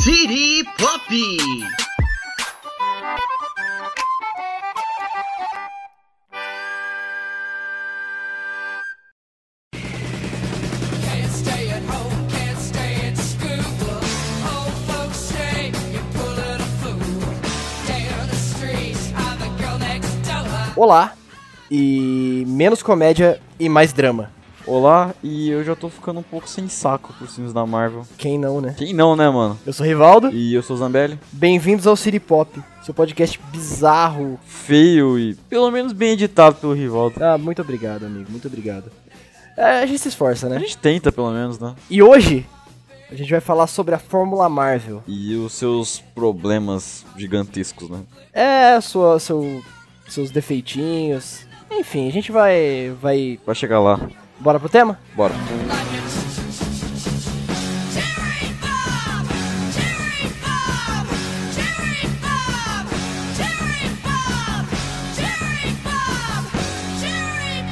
City Pop! Can't stay at home, can't stay at school. Old folks say you're pulling a fool. Day on the streets, I'm the girl next door. Olá e menos comédia e mais drama. Olá, e eu já tô ficando um pouco sem saco pros filmes da Marvel. Quem não, né? Quem não, né, mano? Eu sou o Rivaldo, E eu sou o Zambelli. bem-vindos ao City Pop, seu podcast bizarro. Feio e pelo menos bem editado pelo Rivaldo. Ah, muito obrigado, amigo, muito obrigado. É, a gente se esforça, A né? gente tenta, pelo menos, né? E hoje a gente vai falar sobre a Fórmula Marvel. E os seus problemas gigantescos, né? É, sua, seu, seus defeitinhos. Enfim, a gente vai. vai. Vai chegar lá. Bora pro tema? Bora. Cheering Bob! Cheering Bob! Cheering Bob! Cheering Bob! Cheering Bob! Cheering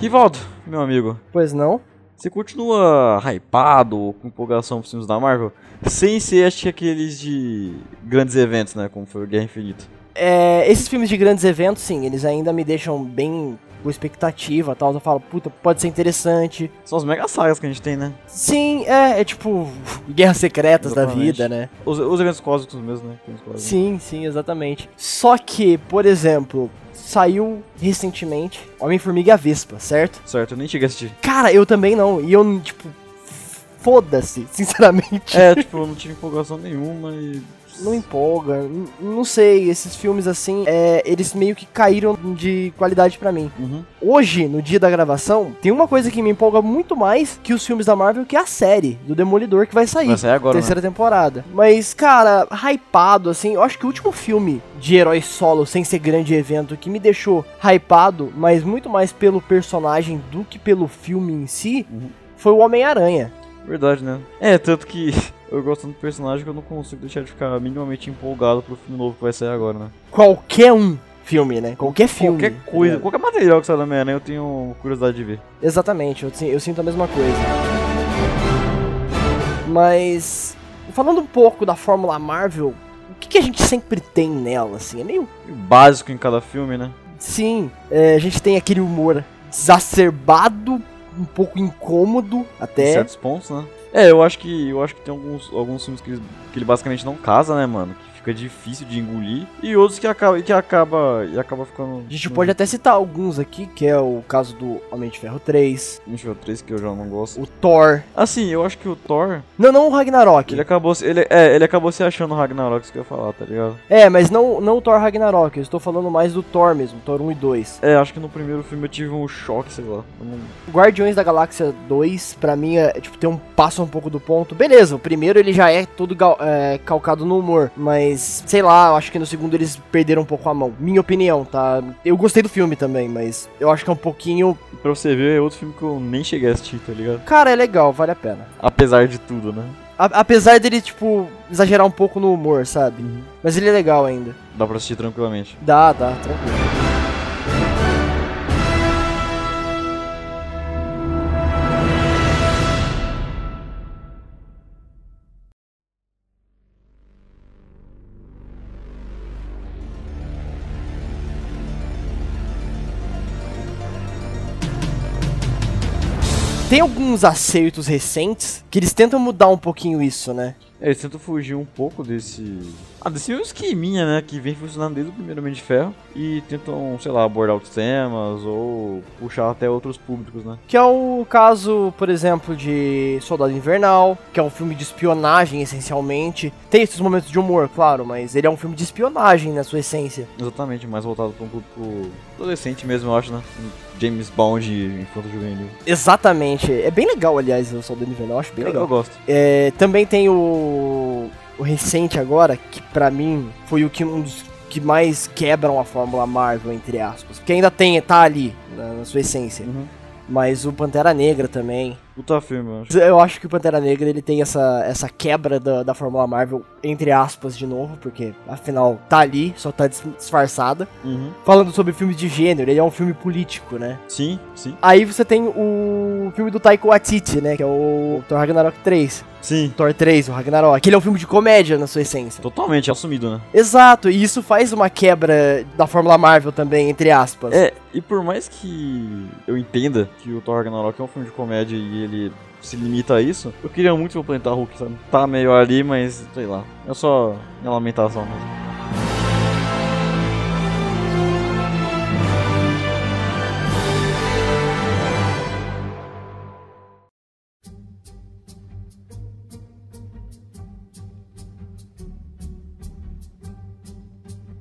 Rivaldo, meu amigo, Pois não? você continua hypado ou com empolgação pros filmes da Marvel? Sem ser, acho que aqueles de grandes eventos, né? Como foi o Guerra Infinita. É, esses filmes de grandes eventos, sim, eles ainda me deixam bem com expectativa tal. Eu falo, puta, pode ser interessante. São as mega sagas que a gente tem, né? Sim, é, é tipo guerras secretas da Exatamente. vida, né? Os, os eventos cósmicos mesmo, né? Eventos cósmicos. Sim, sim, exatamente. Só que, por exemplo, saiu recentemente Homem-Formiga e a Vespa, certo? Certo, eu nem cheguei a assistir. Cara, eu também não. E eu, tipo, foda-se, sinceramente. É, tipo, eu não tive empolgação nenhuma e. Não empolga, n- não sei, esses filmes assim, é, eles meio que caíram de qualidade pra mim. Uhum. Hoje, no dia da gravação, tem uma coisa que me empolga muito mais que os filmes da Marvel, que é a série do Demolidor que vai sair. Vai sair agora, né? terceira temporada. Mas, cara, hypado, assim, eu acho que o último filme de herói solo, sem ser grande evento, que me deixou hypado, mas muito mais pelo personagem do que pelo filme em si, Uhum. foi o Homem-Aranha. Verdade, né? É, tanto que eu gosto tanto do personagem que eu não consigo deixar de ficar minimamente empolgado pro filme novo que vai sair agora, né? Qualquer um filme, né? Qualquer filme. Qualquer coisa, Tá ligado? qualquer material que sai da Homem-Aranha eu tenho curiosidade de ver. Exatamente, eu, si- eu sinto a mesma coisa. Mas, falando um pouco da Fórmula Marvel, o que, que a gente sempre tem nela, assim? É meio E o básico em cada filme, né? Sim, é, a gente tem aquele humor exacerbado, um pouco incômodo Em até. certos pontos, né? É, eu acho que eu acho que tem alguns, alguns filmes que ele, que ele basicamente não casa, né, mano? Que fica difícil de engolir. E outros que acaba que acaba e acaba ficando A gente pode até citar alguns aqui, que é o caso do Homem de Ferro 3, Inchou 3 que eu já não gosto. o Thor. Assim, eu acho que o Thor, Não, não o Ragnarok. Ele acabou se, ele, é, ele acabou se achando o Ragnarok, isso que eu ia falar, tá ligado? É, mas não, não o Thor Ragnarok, eu estou falando mais do Thor mesmo, Thor 1 e 2. É, acho que no primeiro filme eu tive um choque, sei lá. Eu não- Guardiões da Galáxia 2, pra mim, é tipo, tem um passo um pouco do ponto. Beleza, o primeiro ele já é todo gal- é, calcado no humor, mas sei lá, eu acho que no segundo eles perderam um pouco a mão. Minha opinião, tá? Eu gostei do filme também, mas eu acho que é um pouquinho. E pra você ver, é outro filme que eu nem cheguei a assistir, tá ligado? Cara, é legal, vale a pena. Apesar de tudo, né? A- apesar dele, tipo, exagerar um pouco no humor, sabe? Uhum. Mas ele é legal ainda. Dá pra assistir tranquilamente. Dá, dá, tranquilo. Tem alguns aceitos recentes que eles tentam mudar um pouquinho isso, né? É, eles tentam fugir um pouco desse. Ah, desse mesmo esqueminha, né? Que vem funcionando desde o primeiro Homem de Ferro. E tentam, sei lá, abordar outros temas ou puxar até outros públicos, né? Que é o caso, por exemplo, de Soldado Invernal, que é um filme de espionagem, essencialmente. Tem esses momentos de humor, claro, mas ele é um filme de espionagem na sua essência. Exatamente, mais voltado pra um público adolescente mesmo, eu acho, né? Um James Bond enquanto juvenil. Exatamente. É bem legal, aliás, o Soldado Invernal, eu acho bem Eu, eu legal. gosto. É, também tem o, o recente agora, que pra mim foi o que um dos que mais quebram a fórmula Marvel, entre aspas. Que ainda tem, tá ali, na, na sua essência. Uhum. Mas o Pantera Negra também. Puta filme, eu acho. Eu acho que o Pantera Negra ele tem essa, essa quebra da, da Fórmula Marvel, entre aspas, de novo, porque afinal tá ali, só tá dis- disfarçada. Uhum. Falando sobre filmes de gênero, ele é um filme político, né? Sim, sim. Aí você tem o filme do Taiko Waititi, né? Que é o Thor Ragnarok 3. Sim. Thor 3, o Ragnarok. Que ele é um filme de comédia na sua essência. Totalmente assumido, né? Exato, e isso faz uma quebra da Fórmula Marvel também, entre aspas. É, e por mais que eu entenda que o Thor Ragnarok é um filme de comédia e ele se limita a isso, eu queria muito ver o Planeta Hulk, sabe? Tá meio ali, mas sei lá. É só minha lamentação mesmo.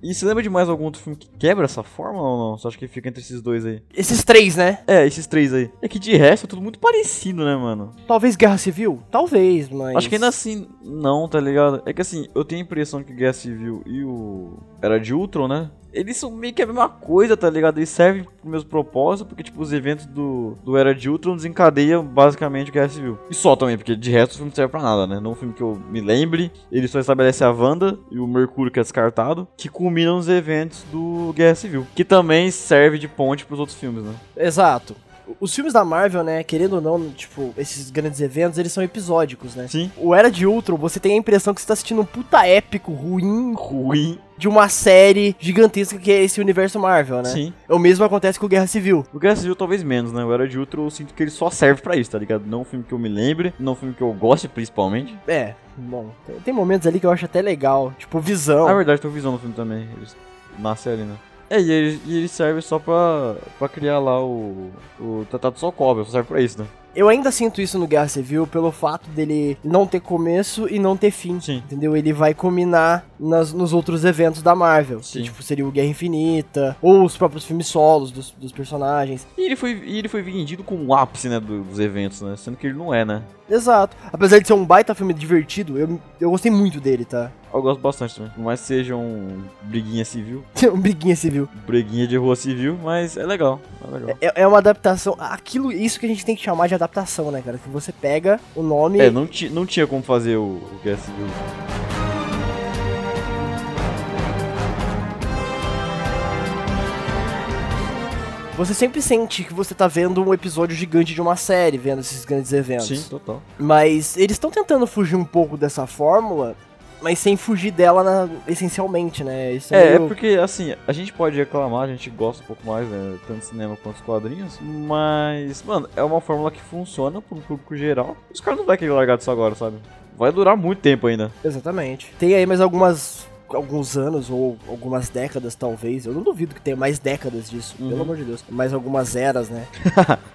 E você lembra de mais algum outro filme que quebra essa forma ou não? Você acha que fica entre esses dois aí? Esses três, né? É, esses três aí. É que de resto é tudo muito parecido, né, mano? Talvez Guerra Civil? Talvez, mas. Acho que ainda assim, não, tá ligado? É que assim, eu tenho a impressão que o Guerra Civil e o. Era de Ultron, né? Eles são meio que a mesma coisa, tá ligado? Eles servem pro mesmo propósito, porque, tipo, os eventos do, do Era de Ultron desencadeiam basicamente o Guerra Civil. E só também, porque de resto o filme não serve pra nada, né? Não é um filme que eu me lembre. Ele só estabelece a Wanda e o Mercúrio que é descartado, que culminam os eventos do Guerra Civil. Que também serve de ponte pros outros filmes, né? Exato. Os filmes da Marvel, né, querendo ou não, tipo, esses grandes eventos, eles são episódicos, né? Sim. O Era de Ultron, você tem a impressão que você tá assistindo um puta épico ruim Ruim. de uma série gigantesca que é esse universo Marvel, né? Sim. O mesmo acontece com Guerra Civil. O Guerra Civil talvez menos, né? O Era de Ultron eu sinto que ele só serve pra isso, tá ligado? Não é um filme que eu me lembre, não é um filme que eu goste principalmente. É, bom, tem- tem momentos ali que eu acho até legal, tipo Visão. Na verdade, tem o Visão no filme também, eles nascem ali, né? É, e ele, e ele serve só pra, pra criar lá o, o Tratado Sokovia, só serve pra isso, né? Eu ainda sinto isso no Guerra Civil pelo fato dele não ter começo e não ter fim. Sim. Entendeu? Ele vai combinar nas, nos outros eventos da Marvel. Sim. Que, tipo, seria o Guerra Infinita, ou os próprios filmes solos dos, dos personagens. E ele foi, e ele foi vendido como o ápice, né, do- dos eventos, né? Sendo que ele não é, né? Exato. Apesar de ser um baita filme divertido, eu, eu gostei muito dele, tá? Eu gosto bastante também. Por mais que seja um briguinha civil, um briguinha civil. briguinha de rua civil, mas é legal, é legal. É, é uma adaptação. Aquilo, isso que a gente tem que chamar de adaptação, né, cara? Que você pega o nome. É, não, ti- não tinha como fazer o, o Guerra Civil. Você sempre sente que você tá vendo um episódio gigante de uma série, vendo esses grandes eventos. Sim, total. Mas eles estão tentando fugir um pouco dessa fórmula, mas sem fugir dela na- essencialmente, né? Isso É, é meio- porque, assim, a gente pode reclamar, a gente gosta um pouco mais, né? Tanto de cinema quanto dos quadrinhos. Mas, mano, é uma fórmula que funciona pro público geral. Os caras não vão querer largar disso agora, sabe? Vai durar muito tempo ainda. Exatamente. Tem aí mais algumas. Alguns anos ou algumas décadas, talvez. Eu não duvido que tenha mais décadas disso, Uhum. pelo amor de Deus. Mais algumas eras, né?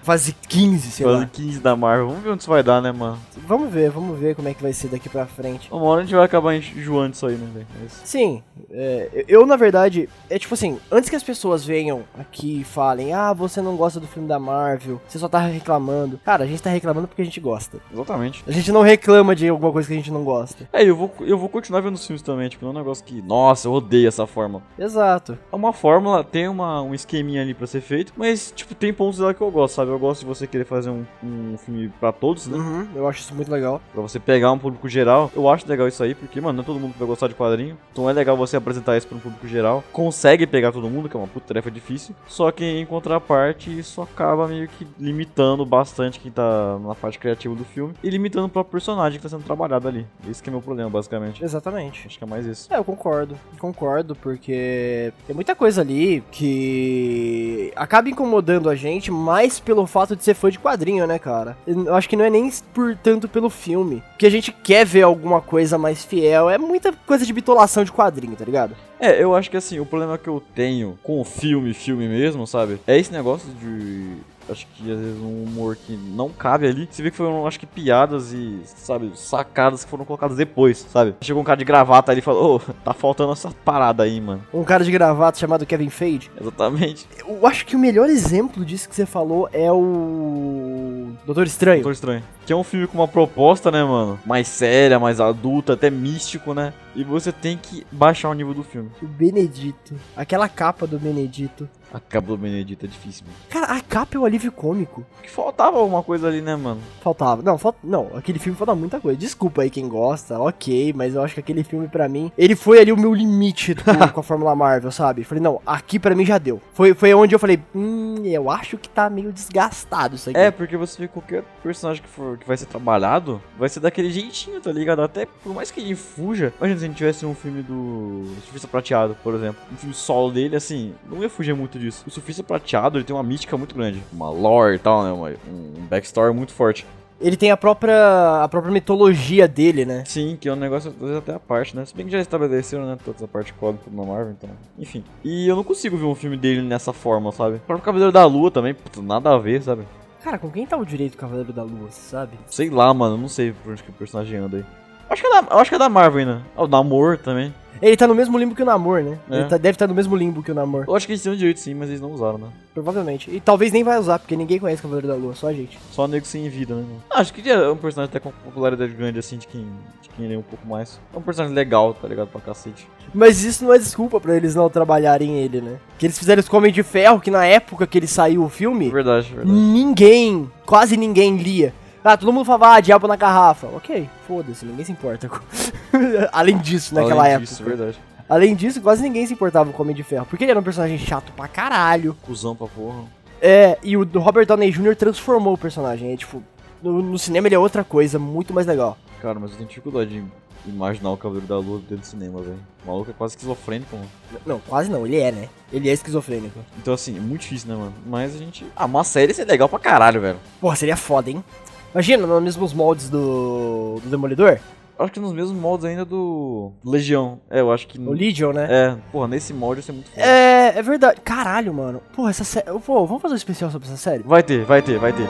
Quase 15, sei Fase lá. 15 da Marvel. Vamos ver onde isso vai dar, né, mano? Vamos ver, vamos ver como é que vai ser daqui pra frente. Uma hora a gente vai acabar enjoando isso aí, né, velho? Mas- Sim, é, eu na verdade, é tipo assim, antes que as pessoas venham aqui e falem, ah, você não gosta do filme da Marvel, você só tá reclamando. Cara, a gente tá reclamando porque a gente gosta. Exatamente. A gente não reclama de alguma coisa que a gente não gosta. É, eu vou, eu vou continuar vendo os filmes também, tipo, não é um negócio que, nossa, eu odeio essa fórmula. Exato. É uma fórmula, tem uma, um esqueminha ali pra ser feito, mas, tipo, tem pontos dela que eu gosto, sabe? Eu gosto de você querer fazer um, um filme pra todos, né? Uhum, eu acho isso muito legal. Pra você pegar um público geral, eu acho legal isso aí, porque, mano, não é todo mundo que vai gostar de quadrinho. Então é legal você apresentar isso pra um público geral. Consegue pegar todo mundo, que é uma puta tarefa difícil. Só que em contraparte, isso acaba meio que limitando bastante quem tá na parte criativa do filme. E limitando o próprio personagem que tá sendo trabalhado ali. Esse que é meu problema, basicamente. Exatamente. Acho que é mais isso. É, eu concordo. Concordo, porque tem muita coisa ali que acaba incomodando a gente mais pelo fato de ser fã de quadrinho, né, cara? Eu acho que não é nem por tanto pelo filme. Porque a gente quer ver alguma coisa mais fiel. É muita coisa de bitolação de quadrinho, tá ligado? É, eu acho que assim, o problema que eu tenho com o filme, filme mesmo, sabe? É esse negócio de. Acho que às vezes um humor que não cabe ali. Você vê que foram, acho que, piadas e, sabe, sacadas que foram colocadas depois, sabe? Chegou um cara de gravata ali e falou: Ô, tá faltando essa parada aí, mano. Um cara de gravata chamado Kevin Feige. Exatamente. Eu acho que o melhor exemplo disso que você falou é o. Doutor Estranho. Doutor Estranho. Que é um filme com uma proposta, né, mano? Mais séria, mais adulta, até místico, né? E você tem que baixar o nível do filme. O Benedito. Aquela capa do Benedito. A capa do Benedito é difícil, mano. Cara, a capa é o alívio cômico. Que faltava alguma coisa ali, né, mano? Faltava. Não, falta, não, aquele filme falta muita coisa. Desculpa aí quem gosta, ok, mas eu acho que aquele filme pra mim, ele foi ali o meu limite do- com a Fórmula Marvel, sabe? Falei, não, aqui pra mim já deu. Foi, foi onde eu falei, hum, eu acho que tá meio desgastado isso aqui. É, porque você vê qualquer personagem que, for, que vai ser trabalhado, vai ser daquele jeitinho, tá ligado? Até por mais que ele fuja. Imagina se a gente tivesse um filme do Surfista Prateado, por exemplo. Um filme solo dele, assim, não ia fugir muito disso. O Surfista Prateado, ele tem uma mística muito grande. Uma lore e tal, né? Uma- um backstory muito forte. Ele tem a própria, a própria mitologia dele, né? Sim, que é um negócio às vezes até à parte, né? Se bem que já estabeleceram, né? Toda essa parte código na Marvel, então. Enfim. E eu não consigo ver um filme dele nessa forma, sabe? O próprio Cavaleiro da Lua também, puta, nada a ver, sabe? Cara, com quem tá o direito do Cavaleiro da Lua, você sabe? Sei lá, mano, não sei por onde que o personagem anda aí. Acho que é da, eu acho que é da Marvel ainda. Ah, o Namor também. Ele tá no mesmo limbo que o Namor, né? É. Ele tá- deve estar no mesmo limbo que o Namor, Eu acho que eles tinham um direito sim, mas eles não usaram, né? provavelmente. E talvez nem vai usar, porque ninguém conhece o Cavaleiro da Lua, só a gente. Só nego sem vida, né? mano? Ah, acho que ele é um personagem até com popularidade grande, assim, de quem, de quem ele é um pouco mais. É um personagem legal, tá ligado? Pra cacete. Mas isso não é desculpa pra eles não trabalharem ele, né? Que eles fizeram os Homem de Ferro, que na época que ele saiu o filme, Verdade, verdade. Hum, ninguém, quase ninguém lia. Ah, todo mundo falava, ah, diabo na garrafa. Ok, foda-se, ninguém se importa. com- Além disso, naquela Além época. disso, verdade. Além disso, quase ninguém se importava com o Homem de Ferro, porque ele era um personagem chato pra caralho. Cusão pra porra. É, e o do Robert Downey Jr. transformou o personagem. É tipo, no, no cinema ele é outra coisa, muito mais legal. Cara, mas eu tenho dificuldade de imaginar o Cavaleiro da Lua dentro do cinema, velho. O maluco é quase esquizofrênico, mano. N- Não, quase não, ele é, né? Ele é esquizofrênico. Então, assim, é muito difícil, né, mano? Mas a gente. Ah, uma série seria legal pra caralho, velho. Porra, seria foda, hein? Imagina, nos mesmos moldes do, do Demolidor, Acho que nos mesmos moldes ainda do Legião. É, eu acho que. o Legion, né? É, porra, nesse molde ia ser muito foda. É, é verdade. Caralho, mano. Porra, essa série. Pô, vamos fazer um especial sobre essa série? Vai ter, vai ter, vai ter.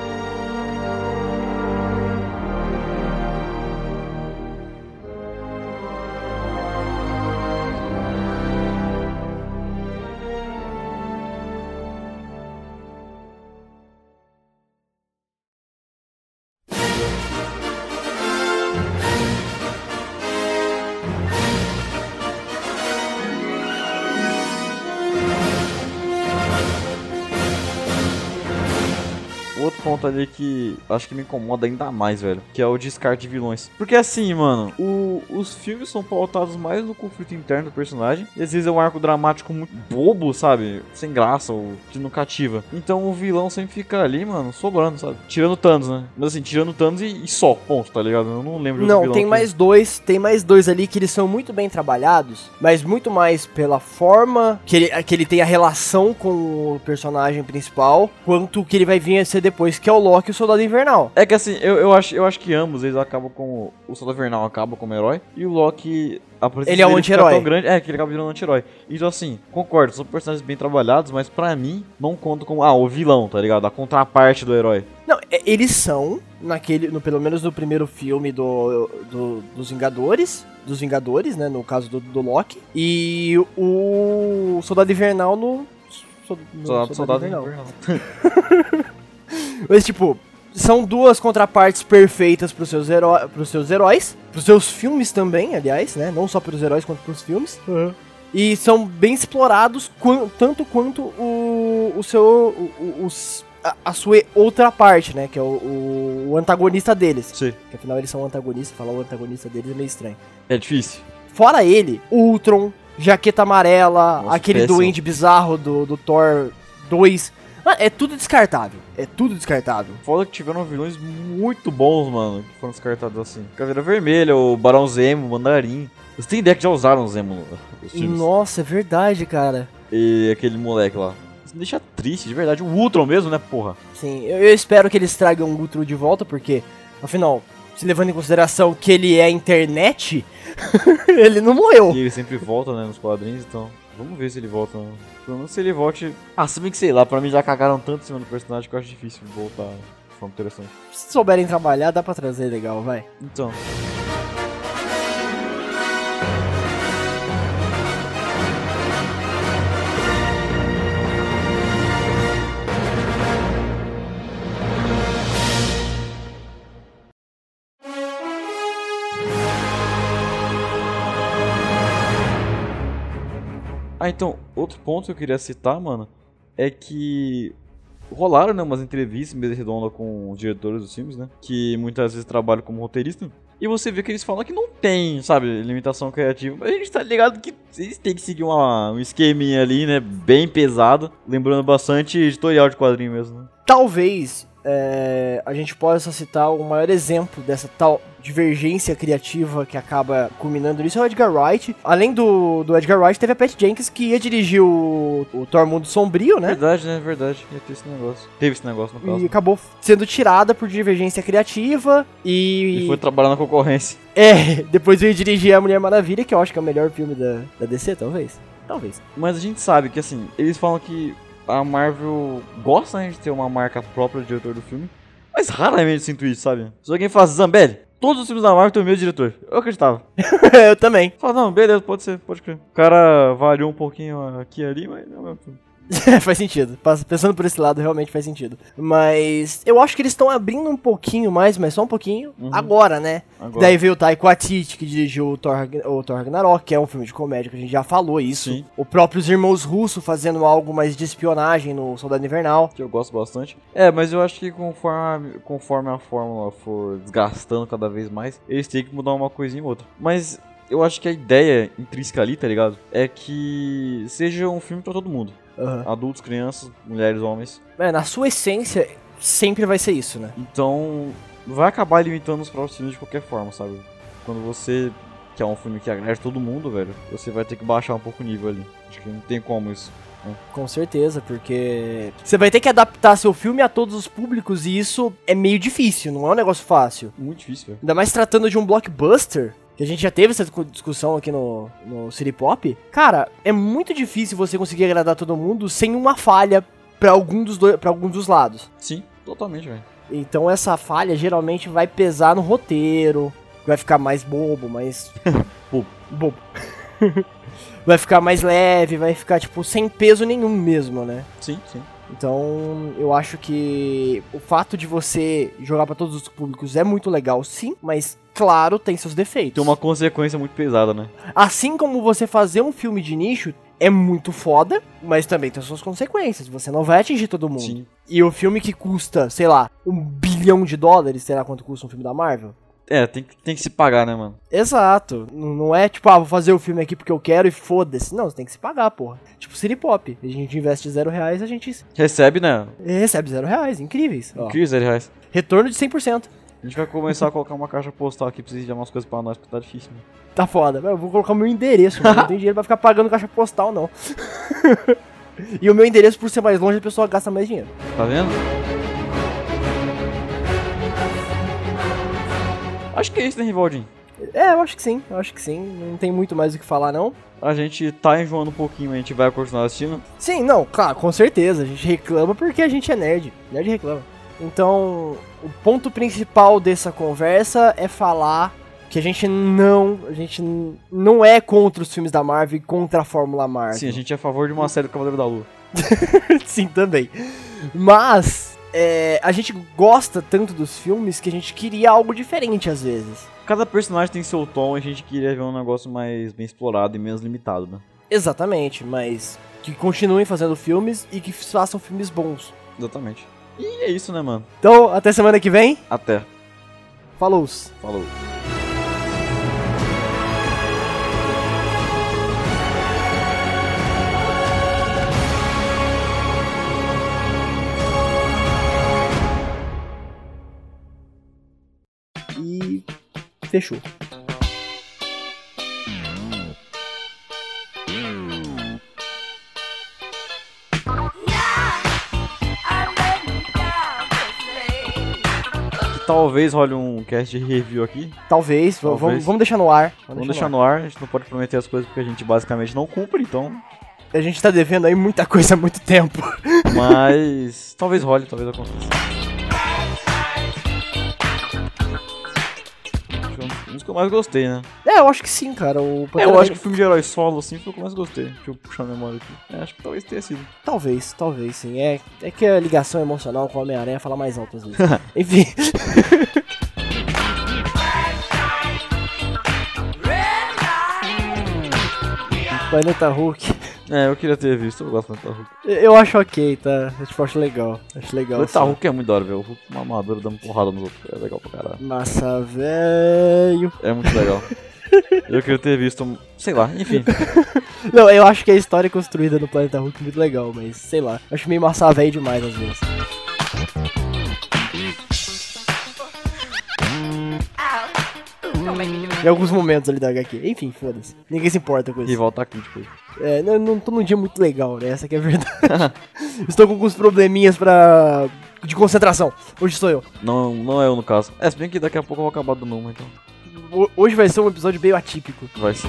Outro ponto ali que acho que me incomoda ainda mais, velho, que é o descarte de vilões. Porque assim, mano, o- os filmes são pautados mais no conflito interno do personagem, e às vezes é um arco dramático muito bobo, sabe? Sem graça, ou que não cativa. Então o vilão sempre fica ali, mano, sobrando, sabe? Tirando Thanos, né? Mas assim, tirando Thanos e, e só, ponto, tá ligado? Eu não lembro de outro Não, vilão tem que- mais dois, tem mais dois ali que eles são muito bem trabalhados, mas muito mais pela forma que ele, que ele tem a relação com o personagem principal, quanto que ele vai vir a ser depois, que é o Loki e o Soldado Invernal. É que assim, eu, eu, acho, eu acho que ambos eles acabam com. O Soldado Invernal acaba como herói e o Loki. A presença Ele é um dele fica anti-herói. tão grande, é, que ele acaba virando um anti-herói. Então, assim, concordo, são personagens bem trabalhados, mas pra mim, não conto com. Ah, o vilão, tá ligado? A contraparte do herói. Não, é- eles são, naquele, no, pelo menos no primeiro filme do, do- dos Vingadores, dos Vingadores, né, no caso do, do Loki, e o Soldado Invernal no... so- no Soldado, soldado Invernal. Mas, tipo, são duas contrapartes perfeitas pros seus, heró pros seus heróis, pros seus filmes também, aliás, né? Não só pros heróis quanto pros filmes. E são bem explorados quan- tanto quanto o, o seu. o- o- os, a, a sua outra parte, né? Que é o, o- o antagonista deles. Sim. Porque afinal eles são antagonistas, falar o antagonista deles é meio estranho. É difícil. Fora ele, o Ultron, Jaqueta Amarela, Nossa, aquele péssimo. duende bizarro do, do Thor 2. Ah, É tudo descartável. É tudo descartável. Foda que tiveram vilões muito bons, mano, que foram descartados assim. Caveira Vermelha, o Barão Zemo, o Mandarim. Você tem ideia que já usaram o Zemo nos filmes? Nossa, é verdade, cara. E aquele moleque lá. Isso me deixa triste, de verdade. O Ultron mesmo, né, porra? Sim, eu, eu espero que eles tragam o Ultron de volta, porque, afinal, se levando em consideração que ele é a internet, ele não morreu. E ele sempre volta, né, nos quadrinhos, então. Vamos ver se ele volta. né? Pelo menos se ele volte. Ah, se bem que sei lá, pra mim já cagaram tanto em cima do personagem que eu acho difícil voltar de forma interessante. Se souberem trabalhar, dá pra trazer legal, vai. Então. Ah, então, outro ponto que eu queria citar, mano, é que rolaram né, umas entrevistas em mesa redonda com os diretores dos filmes, né? Que muitas vezes trabalham como roteirista. E você vê que eles falam que não tem, sabe, limitação criativa. Mas a gente tá ligado que eles têm que seguir uma, um esqueminha ali, né? Bem pesado. Lembrando bastante editorial de quadrinho mesmo, né? Talvez é, a gente possa citar o maior exemplo dessa tal divergência criativa que acaba culminando nisso é o Edgar Wright. Além do, do Edgar Wright, teve a Pat Jenkins que ia dirigir o, o Thor Mundo Sombrio, né? Verdade, né? Verdade. Ia ter esse negócio. Teve esse negócio no caso. né, E acabou sendo tirada por divergência criativa e... E foi trabalhar na concorrência. É, depois veio dirigir A Mulher Maravilha, que eu acho que é o melhor filme da, da DC, talvez. Talvez. Mas a gente sabe que, assim, eles falam que a Marvel gosta né, de ter uma marca própria de diretor do filme, mas raramente sinto isso, sabe? Se alguém fala, Zambelli, todos os filmes da Marvel têm o mesmo diretor. Eu acreditava. eu também. Fala, não, beleza, pode ser, pode crer. O cara variou um pouquinho aqui e ali, mas não é o mesmo filme. faz sentido. Pas- Pensando por esse lado, realmente faz sentido. Mas eu acho que eles estão abrindo um pouquinho mais, mas só um pouquinho, agora, né? Uhum. Agora. Daí veio o Taiko Atiti, que dirigiu o Thor, Ragn- o Thor Ragnarok, que é um filme de comédia, que a gente já falou isso. Sim. O próprio Os Irmãos Russo fazendo algo mais de espionagem no Soldado Invernal. que eu gosto bastante. É, mas eu acho que conforme, conforme a fórmula for desgastando cada vez mais, eles têm que mudar uma coisinha ou outra. Mas eu acho que a ideia intrínseca ali, tá ligado? É que seja um filme pra todo mundo. Aham. Adultos, crianças, mulheres, homens. É, na sua essência, sempre vai ser isso, né? Então, vai acabar limitando os próprios filmes de qualquer forma, sabe? Quando você quer um filme que agrade todo mundo, velho, você vai ter que baixar um pouco o nível ali. Acho que não tem como isso. Com certeza, porque você vai ter que adaptar seu filme a todos os públicos e isso é meio difícil, não é um negócio fácil. Muito difícil, velho. Ainda mais tratando de um blockbuster, que a gente já teve essa discu- discussão aqui no, no City Pop. Cara, é muito difícil você conseguir agradar todo mundo sem uma falha pra algum dos, dois, pra algum dos lados. Sim, totalmente, velho. Então essa falha geralmente vai pesar no roteiro, vai ficar mais bobo, mais... Bobo. Bobo. vai ficar mais leve, vai ficar, tipo, sem peso nenhum mesmo, né? Sim, sim. Então, eu acho que o fato de você jogar pra todos os públicos é muito legal, sim, mas claro, tem seus defeitos. Tem uma consequência muito pesada, né? Assim como você fazer um filme de nicho é muito foda, mas também tem suas consequências. Você não vai atingir todo mundo. Sim. E o filme que custa, sei lá, um bilhão de dólares, sei lá quanto custa um filme da Marvel? É, tem que, tem que se pagar, né, mano? Exato. N- Não é tipo, ah, vou fazer o filme aqui porque eu quero e foda-se. Não, você tem que se pagar, porra. Tipo, City Pop. A gente investe zero reais, a gente Recebe, né? recebe zero reais. Incríveis. Ó. Incrível, Zé reais. Retorno de 100%. A gente vai começar a colocar uma caixa postal aqui pra vocês enviarem umas coisas pra nós, porque tá difícil, né? Tá foda. Eu vou colocar o meu endereço, mano. Não tem dinheiro pra ficar pagando caixa postal, não. e o meu endereço, por ser mais longe, a pessoa gasta mais dinheiro. Tá vendo? Acho que é isso, né, Rivaldinho? É, eu acho que sim, eu acho que sim. Não tem muito mais o que falar, não. A gente tá enjoando um pouquinho, mas a gente vai continuar assistindo. Sim, não, claro, com certeza. A gente reclama porque a gente é nerd. Nerd reclama. Então, o ponto principal dessa conversa é falar que a gente não. A gente n- não é contra os filmes da Marvel e contra a Fórmula Marvel. Sim, a gente é a favor de uma série do Cavaleiro da Lua. Sim, também. Mas é, a gente gosta tanto dos filmes que a gente queria algo diferente às vezes. Cada personagem tem seu tom e a gente queria ver um negócio mais bem explorado e menos limitado, né? Exatamente, mas que continuem fazendo filmes e que façam filmes bons. Exatamente. E é isso, né, mano? Então, até semana que vem. Até. Falou! Falou. E fechou. Que talvez role um cast de review aqui. Talvez, v- Talvez. vamos, vamos deixar no ar. Vamos deixar no ar, a gente não pode prometer as coisas porque a gente basicamente não cumpre, então. ar. A gente tá devendo aí muita coisa há muito tempo. Mas. talvez role, talvez aconteça. Acho que é Um dos que eu mais gostei, né? É, eu acho que sim, cara. O É, Pantera eu acho que Negra- o filme de herói solo, assim, foi o que eu mais gostei. Deixa eu puxar a memória aqui. É, acho que talvez tenha sido. Talvez, talvez sim. É, é que a ligação emocional com o Homem-Aranha fala mais alto às vezes. Enfim. Planeta Hulk. É, eu queria ter visto, eu gosto muito da Hulk. Eu acho ok, tá? Eu tipo, acho legal. Acho legal. Mas tá, assim. Hulk é muito da hora, velho. O Hulk é uma armadura dando porrada nos outros. É legal pra caralho. Massa, velho. É muito legal. eu queria ter visto, um- sei lá, enfim. Não, eu acho que a história construída no planeta Hulk é muito legal, mas sei lá. Acho meio massa velho demais às vezes. Em alguns momentos ali da HQ. Enfim, foda-se. Ninguém se importa com isso. Rival tá aqui, tipo. É, não, não tô num dia muito legal, né? Essa que é a verdade. Estou com alguns probleminhas pra. de concentração. Hoje sou eu. Não, não é eu no caso. É, se bem que daqui a pouco eu vou acabar dando uma, então. Ho- Hoje vai ser um episódio meio atípico. Vai sim.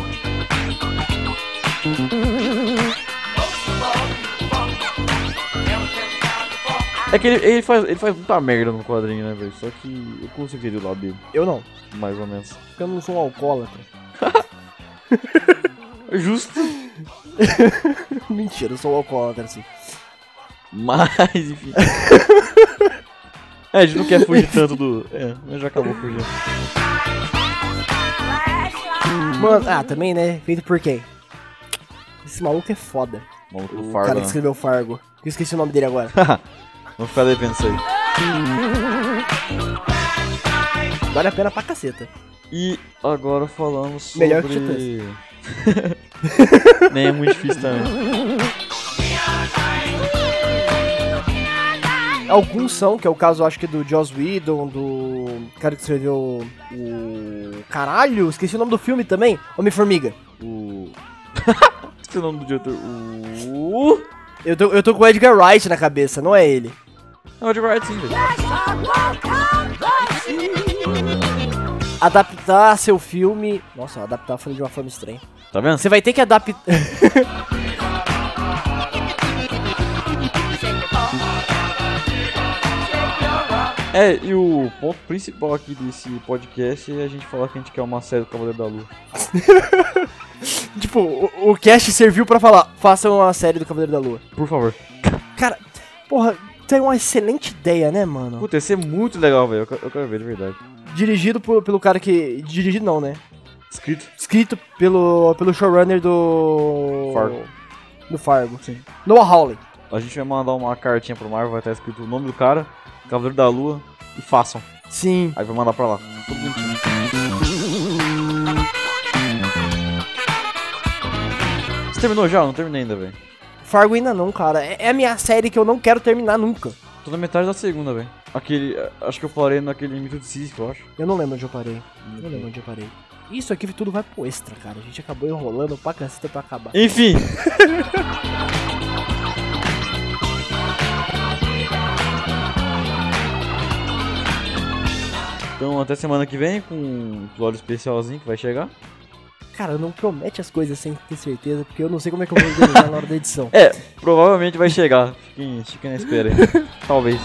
É que ele, ele faz, ele faz muita merda no quadrinho, né, velho? Só que eu consigo ver o lado dele, Eu não, mais ou menos. porque eu não sou um alcoólatra. É Justo. Mentira, eu sou um alcoólatra, assim. Mas, enfim. É, a gente não quer fugir tanto do. É, mas já acabou fugindo. Mano, ah, também, né? Feito por quem? Esse maluco é foda. Maluco O do cara Fargo. que né? escreveu Fargo. Eu esqueci o nome dele agora. Vamos ficar devendo isso aí. Vale a pena pra caceta. E agora falamos sobre. Melhor que tá. Nem é muito difícil também. Alguns são, que é o caso, acho que, do Joss Whedon, do cara que escreveu o... Caralho, esqueci o nome do filme também. Homem-Formiga. O. Esqueci o nome do diretor. O. Eu tô, eu tô com o Edgar Wright na cabeça, não é ele. É o Edgar Wright, sim, velho. Adaptar seu filme... Nossa, adaptar eu falei de uma forma estranha. Tá vendo? Você vai ter que adaptar... É, e o ponto principal aqui desse podcast é a gente falar que a gente quer uma série do Cavaleiro da Lua. tipo, o, o cast serviu pra falar, façam uma série do Cavaleiro da Lua. Por favor. Cara, porra, tem uma excelente ideia, né, mano? Puta, ia ser muito legal, velho. Eu quero- Eu quero ver, de verdade. Dirigido por- pelo cara que. Dirigido não, né? Escrito. Escrito pelo, pelo showrunner do. Fargo. Do Fargo. Sim. Noah Hawley. A gente vai mandar uma cartinha pro Marvel, vai estar escrito o nome do cara, Cavaleiro da Lua e façam. Sim. Aí vai mandar pra lá. Tudo bonitinho. Você terminou já? Eu Não terminei ainda, velho. Fargo ainda não, cara. É, é a minha série que eu não quero terminar nunca. Tô na metade da segunda, velho. Aquele. a- Acho que eu parei naquele mito de Sísifo, eu acho. Eu não lembro onde eu parei. Eu não lembro onde eu parei. Isso aqui tudo vai pro extra, cara. A gente acabou enrolando pra caceta pra acabar. Enfim. então até semana que vem com um episódio especialzinho que vai chegar. Cara, não promete as coisas sem ter certeza, porque eu não sei como é que eu vou organizar na hora da edição. É, provavelmente vai chegar. Fiquem, fiquem na espera aí. Talvez.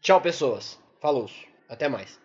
Tchau, pessoas. Falou. Até mais.